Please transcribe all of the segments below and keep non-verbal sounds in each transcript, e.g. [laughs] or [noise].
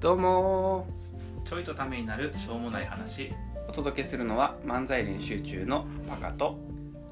どうもちょいとためになるしょうもない話ーお届けするのは漫才練習中のパカと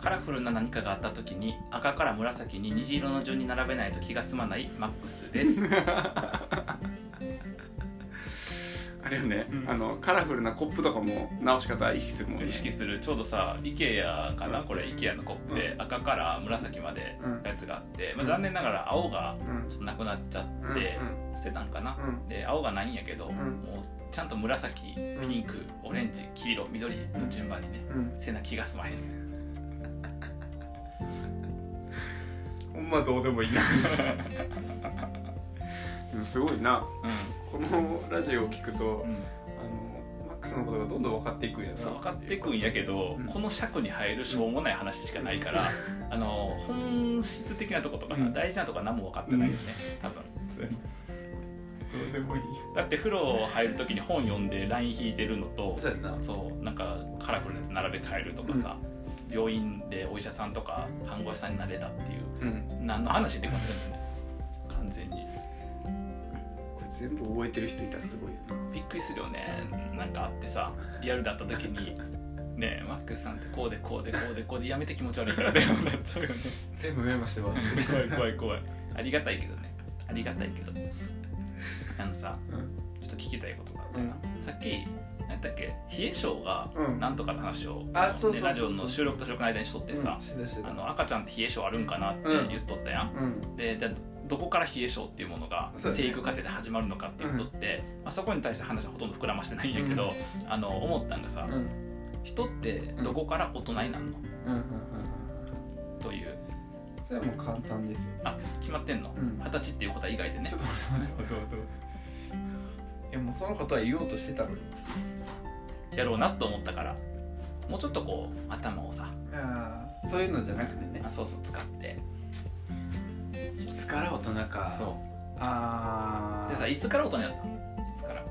カラフルな何かがあった時に赤から紫に虹色の順に並べないと気が済まないマックスです [laughs] あれよね、うんあのカラフルなコップとかも直し方意識するもんね意識するちょうどさ IKEA かなこれ IKEA のコップで赤から紫までうんやつがあって、まうんあ、残念ながら青がうんちょっとなくなっちゃうんって捨てたんかなう、んで青がないんやけんど、もうちゃんと紫ピンクオレンジ黄色緑の順番にねうんせな気が済まへんうんほんまどうでもいいな [laughs] でもすごいなこのラジオを聞くとあうんのマックスのことがどんどん分かっていくんやなそう分かってくんやけど、うんこの尺に入るしょうもない話しかないから、あの本質的なとことかさ、うん大事なとこは何も分かってないよね、多ど分うでもいいだって風呂入る時に本読んでライン引いてるのとそうやなそうなんかカラフルなやつ並べ替えるとかさ、病院でお医者さんとか看護師さんになれたっていううん何の話って感じだよね完全にこれ全部覚えてる人いたらすごいよなびっくりするよねなんかあってさリアルだった時にねえマックスさんってこうでこうでこうでこうでやめて気持ち悪 [laughs] いから電話になっちゃうよね全部メモしてます怖い怖い怖いありがたいけどねありがたいけどあのさうんちょっと聞きたいことがあってな、さっき何やったっけ冷え性がうんなんとかの話を、あそうそうねそうラそジうオの収録と収録の間にしとってさうん、してたしてたあの赤ちゃんって冷え性あるんかなって言っとったやん、うんでじゃあどこから冷え性っていうものがそう生育過程で始まるのかって言っとって、まあ、そこに対して話はほとんど膨らましてないんやけど、あの思ったんがさ、うん人ってどこから大人になるうんうのんうんというそれはもう簡単ですよあ決まってんのうん二十、歳っていうこと以外でねちょっと待って待って待って待っていやもうそのことは言おうとしてたのにやろうなと思ったからもうちょっとこう頭をさああそういうのじゃなくてねあそうそう使っていつから大人かそうああでさいつから大人やったのいつから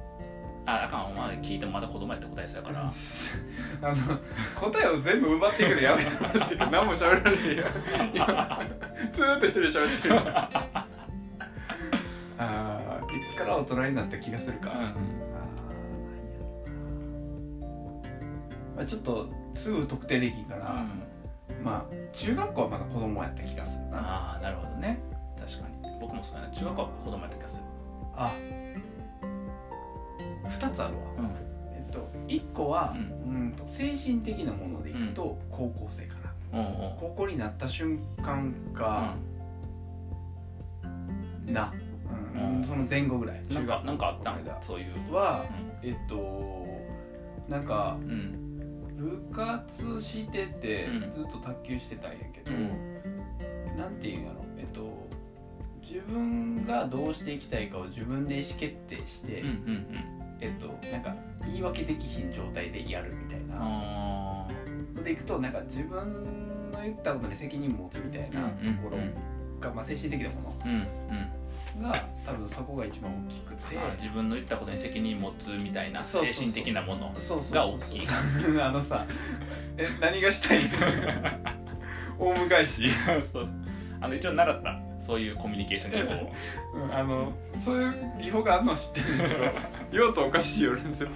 ああかんお前聞いてもまだ子供やった答えそうやからあの答えを全部奪っていくのやめてもらっていい何も喋らないよ今ずーっと一人で喋 [laughs] ってるああーいつから大人になった気がするか、うあんーなんやろなまあちょっとすぐ特定できんから、まあ中学校はまだ子供やった気がするなああなるほどね確かに僕もそうやな中学校は子供やった気がするあ二2つあるわ、うんえっと1個は、ううんと精神的なものでいくと高校生かな、うんうん高校になった瞬間か、な、うんうんその前後ぐらいなんか中学校なんかあったこの間んそういうは、えっとなんかうんうん部活してて、うんずっと卓球してたんやけど、うんなんていうんやろえっと自分がどうしていきたいかを自分で意思決定して、うんうんえっとなんか言い訳できひん状態でやるみたいな、あーでいくとなんか自分の言ったことに責任持つみたいなところが、まあ、精神的なもうんうんうんのが多分そこが一番大きくて、あ自分の言ったことに責任持つみたいなそう精そうそう神的なも [laughs] のそうそうが大きいそう [laughs] あのさえ何がしたい [laughs] の大向かいし、そうあの一応習ったそういうコミュニケーション技法をうんあのそういう技法があるのは知ってるんだけど用途おかしいよね絶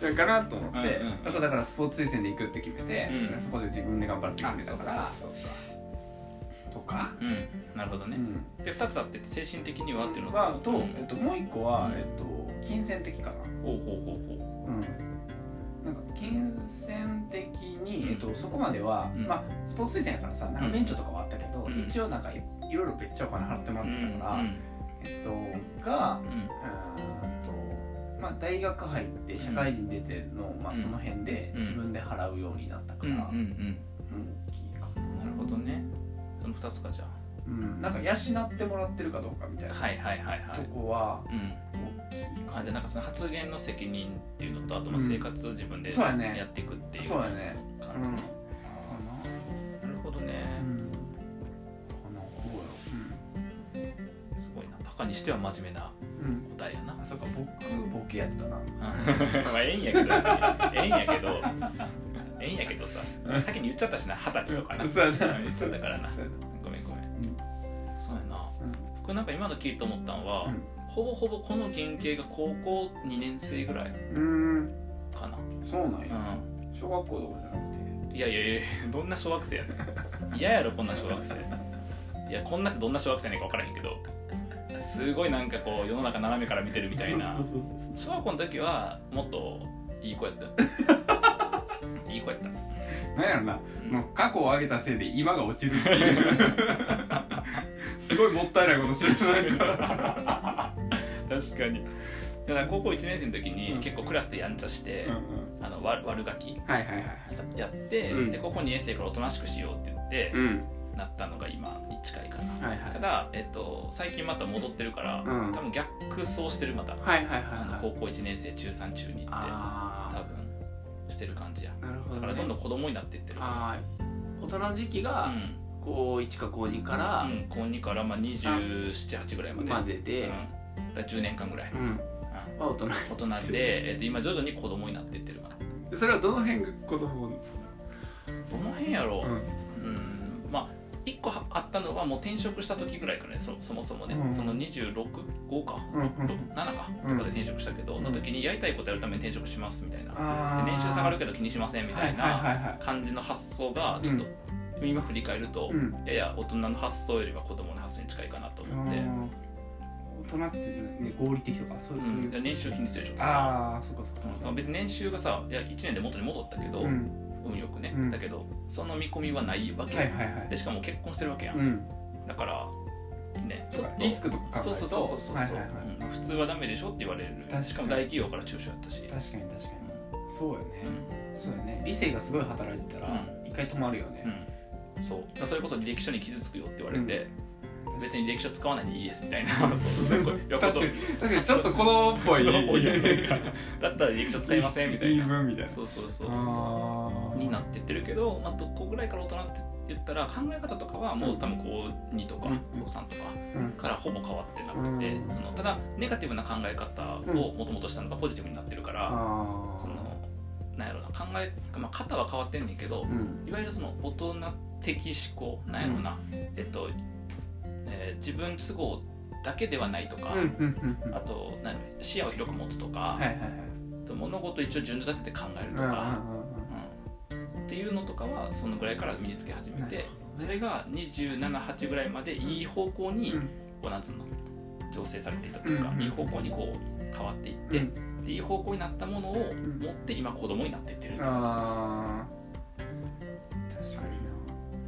対だからなと思って、うんうんうん朝だからスポーツ推薦で行くって決めて、うんそこで自分で頑張るって決めたからそうかとか、うんなるほどうね、んで2つあって精神的にはっていうのはと、うんえっと、もう一個は、うんえっと、金銭的かなほうほうほうほなんか金銭的に、うんえっと、そこまでは、うんまあ、スポーツ推薦やからさなんか免除とかはあったけど、うん一応なんかいいろいろ別っお金払ってもらううっんてたから、えっとがうんうんうーんと、まあ、大学入って社会人出ての、まあ、うんその辺でうん自分で払うようになったかうんうら、うんん大きいかうんなるほどねその2つかじゃうん、なんか養ってもらってるかどうかみたいあな、はいはいはいはといこはうん大きいあかじゃあなんかその発言の責任っていうのとあとまあうん生活自分でそうやねやっていくっていうそう感やじねね、かななるほどね、うんこの方よすごいなバカにしては真面目なうん、うん、答えやなあそうか僕ボケやったな [laughs] まあええんやけど別にええんやけどええんやけどさ先に言っちゃったしな二十歳とかなそうやな言っちゃったからなごめんごめん、んそそうやなうんこれなんか今の聞いて思ったのは、うんほぼほぼこの原型が高校2年生ぐらいうーんかなそうなんやう小学校とかじゃなくてんいやいやいやどんな小学生やねん嫌やろこんな小学生いやこんなってどんな小学生やねんか分からへんけどすごいなんかこう世の中斜めから見てるみたいなそうそうそう小学校の時はもっといい子やったよ [laughs] いい子やったそうなんやろなうんもう過去を上げたせいで今が落ちるっていうすごいもったいないことしてるなんか確かにだから高校1年生の時うにん結構クラスでやんちゃして、うんうんあの悪悪ガキやはいはいはいやって、うんで高校2年生からおとなしくしようって言って、うんなったのが今に近いかなはいはたいだ、えっと、最近また戻ってるから、うん多分逆走してるまた、はいはいはいあのはい高校1年生中3中2って多あ分してる感じやあなるほど、ね、だからどんどん子供になっていってるかあー大人の時期ら、うがん高1か高2からうん、高2からまあ278ぐらいまでまでうん、でだから10年間ぐらい、う、うんんは大人大人で、えっと、今徐々に子供になっていってるからそれはどの辺が子供どの辺やろうんう、うん、まあ1個はあったのはもう転職した時ぐらいからねそそもそもね、うんその265かうん7かとかうんで転職したけど、うんの時にやりたいことやるために転職しますみたいな、あで年収下がるけけど気にしませんみみたはいいはいなはいはい感じの発想がちょっと、今振り返ると、うんやや大人の発想よりは子供の発想に近いかなと思って、うん大人ってね合理的とかそういう、そううんいいうや年収気にするでしょああそっかそっかそっうかん別に年収がさいや1年で元に戻ったけど、うん運よくね、うんだけどその見込みはないわけ、はいはいはいでしかも結婚してるわけやん、うんだからねちょっとリスクとか考えるとそうそうそうそうそう、はいはいはいうん普通はダメでしょって言われる確かにしかも大企業から中小やったし確かに確かにそうよねうん、そうよね理性がすごい働いてたらう一回止まるよね、うんそうだからそれこそ履歴書に傷つくよって言われて、うん別に履歴書使わないでいいですみ [laughs] たいな [laughs] そうそういや確かに確かにちょっと子供っぽい [laughs] 子供っぽいやん [laughs] だったら履歴書使いませんみたい言いな分みたいなそうそうそうあーになってってるけど、まあ、どこぐらいから大人って言ったら考え方とかはもう多分高2とかうん高3とかうんからほぼ変わってなくて、うんそのただネガティブな考え方をもともとしたのがポジティブになってるから、あーそのなんやろな考え、まあ、型は変わってんねんけどうんいわゆるその大人的思考なんやろな、えっと、えー自分都合だけではないとか、うんうんうんうんあとなんやろ視野を広く持つとか、はいはいはいあと物事を一応順序立てて考えるうんとうんか。うんっていうのとかはそのぐらいから身につけ始めて、なるそれが278ぐらいまでいい方向に、こうなんつうの調整されていたというか、うんいい方向にこう変わっていっうんうて、んでいい方向になったものをん持って今子供になっていってるっていう感あー確かにな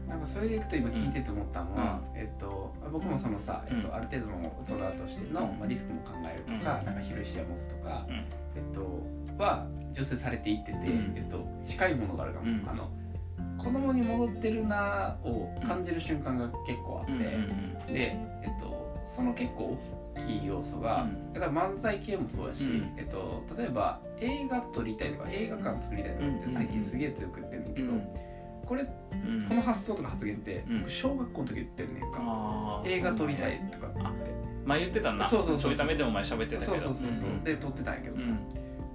なんかそれでいくと今聞いてて思ったのは、えっと、僕もそのさ、えっうと、んある程度の大人としての、うんまあ、リスクも考えるとか,、うんなんか広い視野持つとか、うんえっと、は助成されていってて、うんえっと、近いものがあるかも、うんあの子供に戻ってるなぁを感じる瞬間が結構あって、じ、うんうんで、えっと、その結構大きい要素が、だから漫才系もそうだし、うんえっと、例えば映画撮りたいとか映画館作りたいとかっうんて最近すげえ強く言ってんだけど、これこうんうんの発想とか発言ってうん僕小学校の時言ってんねんか、あー映画撮りたそうねいとかって前言ってたなそうそうそうそうちょいためでお前喋ってたけそどうそうそうそう、んんで撮ってたんやけどさ、うん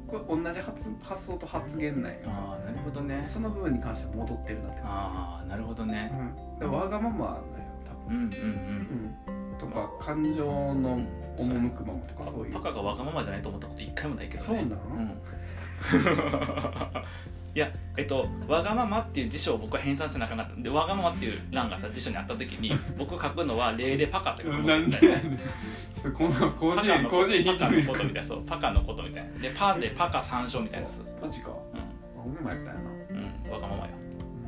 これ同じ発発想と発言なんやからああなるほどねその部分に関しては戻ってるなって感ああなるほどじ、ねうん、だからわがままなんよ多うんうん分、うん、とか感情のうんそうや赴くままとかそういうパカがわがままじゃないと思ったこと一回もないけどねそうなの、うん [laughs] いやえっと「わがまま」っていう辞書を僕は編纂せなあかんかったで「わがまま」っていう欄がさ辞書にあった時に僕が書くのは「例でパカ」って書くのなんで絶対やねんちょっとこのパ甲子カ園の甲子園引いてみるパかカのことみたいなそうパカのことみたいなでパンでパカ参照みたいなそうそうマジか俺もやったんやなうん、うん、わがままよ、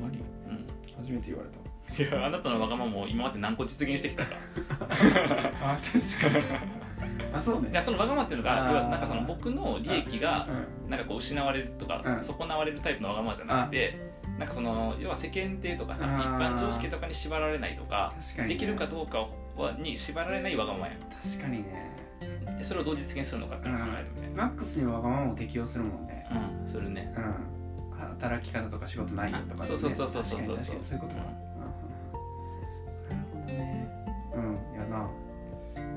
マジうん、 [laughs] 初めて言われたいやあなたのわがままを今まで何個実現してきたかあ確かにあそういやねそのわがままっていうのがあー要はなんかその僕の利益がうんなんかこう失われるとか、うん損なわれるタイプのわがままじゃなくてなんかその要は世間体とかさあ一ー般常識とかに縛られないとか確かにねできるかどうかはに縛られないわがままや確かにねんでそれをどう実現するのかっていうのを考えるみたいマックスにわがままを適用するもんねなうんそれねうん働き方とか仕事内容とかねあそうそうそうそうそうそう確かに確かにそういうことかうんなるほどうんねうんやな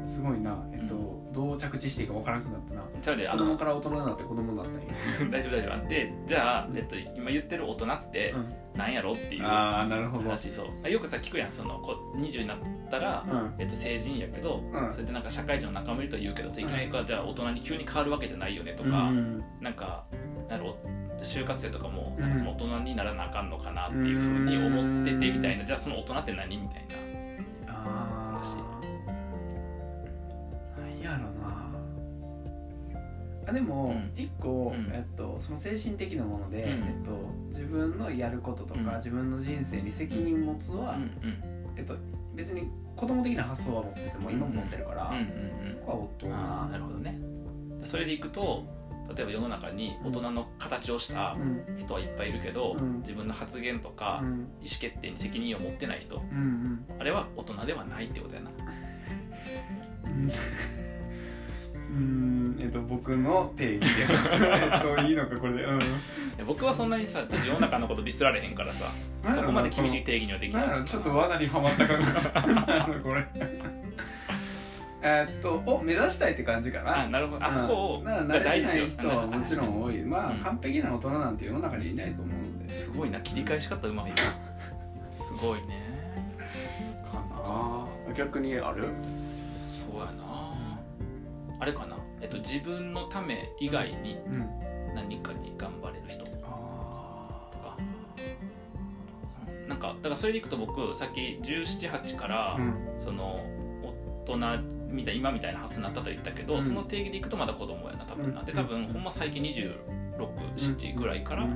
すごいな、えっとうどう着地していいか分からなくなったなちゃうであ子供のから大人になって子供になったんや [laughs] 大丈夫大丈夫でじゃあ、えっと、今言ってる大人ってなんやろっていうああなるほど話そうよくさ聞くやんそのこ20になったら、うんえっと、成人やけど、うんそれでなんか社会人の仲間いるとは言うけどさいきなりこうじゃあ大人に急に変わるわけじゃないよねととか、なんかなんやろ就活生とかもうんなんかその大人にならなあかんのかなっていうふうに思っててみたいなじゃあその大人って何みたいなああなんやろなあでうもん一個、うんえっと、その精神的なもので、うんえっと、自分のやることとか、うん自分の人生に責任持つは、うんうんえっと、別に子供的な発想は持ってても今も持ってるから、うんそこは大うんう人んあーなるほどねそれでいくと例えば世の中に大人の形をしたうん人はいっぱいいるけど、うん自分の発言とうかん意思決定に責任を持ってない人 [laughs] うんあれは大人ではないってことやなうんうんえっと僕の定義で [laughs] えっといいのかこれでうんで僕はそんなにさちょっと世の中のことディスられへんからさそこまで厳しい定義にはできなんやなろいちょっと罠にはまった感じなんやろ [laughs] これえーっとを目指したいって感じかあななるほどあそこをうんな慣れてない人は大事だよもちろん多いまあ、うん完璧な大人なんて世の中にいないと思うのですごいな切り返し方うまいなすごいねかな逆にあるそうやなあれかなえっと自分のため以外にうん何かに頑張れる人とあかうんなんかだからそれでいくと僕さっき178から、あうんその大人みたい今みたいな発想になったと言ったけど、うんその定義でいくとまだ子供やな多分な、うんで多分ほんま最近267ぐらいから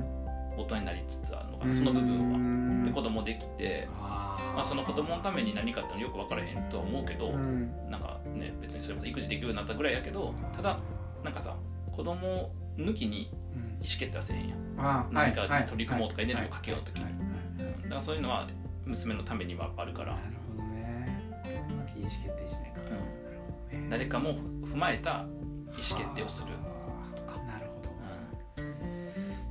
大人になりつつあるのかな、その部分は。はで子供できて、あーまあ、その子供のために何かってのよく分からへんとは思うけど、うんなんかね別にそれこそ育児できるようになったぐらいやけどただなんかさ子供抜きにうん意思決定はせえへんやんあー何かはいはい取り組もうとかエネルギーをかけようときにはいはいはいうんだからそういうのは娘のためにはあるかならるほどねこんな意思決定しないから、なうんるほどね誰かも踏まえた意思決定をする、はあなるほどう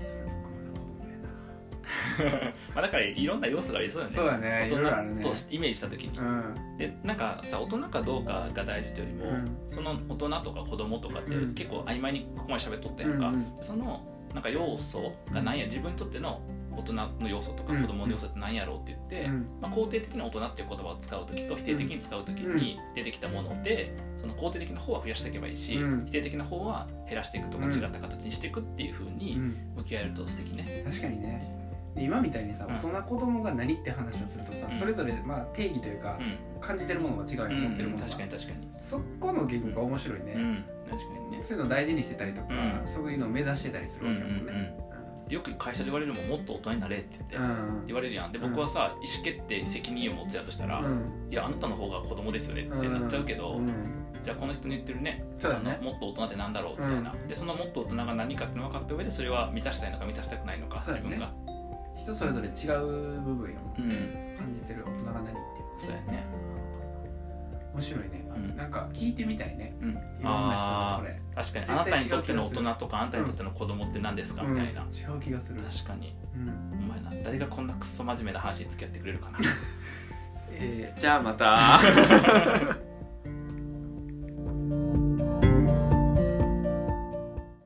それ僕まだ子供やなんまあだからいろんな要素がありそうだよねそうだねいろいろある大ね人としイメージした時に、うんでなんかさ大人かどうかが大事というよりうも、んその大人とか子供とかってうん結構曖昧にここまで喋っとったやんか、うんそのなんか要素が何や自分にとっての大人の要素とかうん子供の要素って何やろうって言って、うんまあ、肯定的な大人っていう言葉を使う時と否定的に使う時に出てきたものでその肯定的な方は増やしていけばいいし、うん否定的な方は減らしていくとかうん違った形にしていくっていうふううにん向き合えると素敵ね。確かにねで今みたいにさうん大人子供が何って話をするとさ、うんそれぞれまあ定義というかう、ん感じてるものが違ううよん持ってるものが、確かに確かに、そこの言語が面白いね、うん、確かにねそういうの大事にしてたりとか、うんそういうのを目指してたりするわけだもんうんうんねよく会社で言われるもんもっと大人になれって言って、うんってうん言われるやんで僕はさ意思決定に責任を持つやとしたら、うんいやあなたの方が子供ですよねってなっちゃうけど、うんじゃあこの人の言ってるねそうだねあのもっと大人ってなんだろうみたいな、でそのもっと大人が何かっていうのを分かった上でそれは満たしたいのか満たしたくないのか、そう自だね分が人それぞれ違う部分やもんうん感じてる大人が何っていうそうやね面白いね、うんなんか聞いてみたいねうんいろんなあ人のこー確かにあ絶対なたにとっての違う大気がする人とかあなたにとっての子供って何ですか、れ、みたいなうん違う気がする、確かにうんお前な誰がこんなクソ真面目な話に付き合ってくれるかなえーじゃあまた